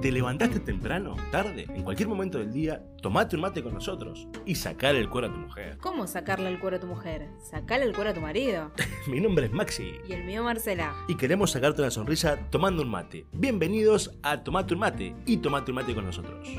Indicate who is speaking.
Speaker 1: te levantaste temprano, tarde, en cualquier momento del día, tomate un mate con nosotros y sacar el cuero a tu mujer.
Speaker 2: ¿Cómo sacarle el cuero a tu mujer? Sacarle el cuero a tu marido.
Speaker 1: Mi nombre es Maxi
Speaker 2: Y el mío, Marcela.
Speaker 1: y queremos sacarte una sonrisa tomando un mate. Bienvenidos a Tomate un mate y tomate un mate con nosotros.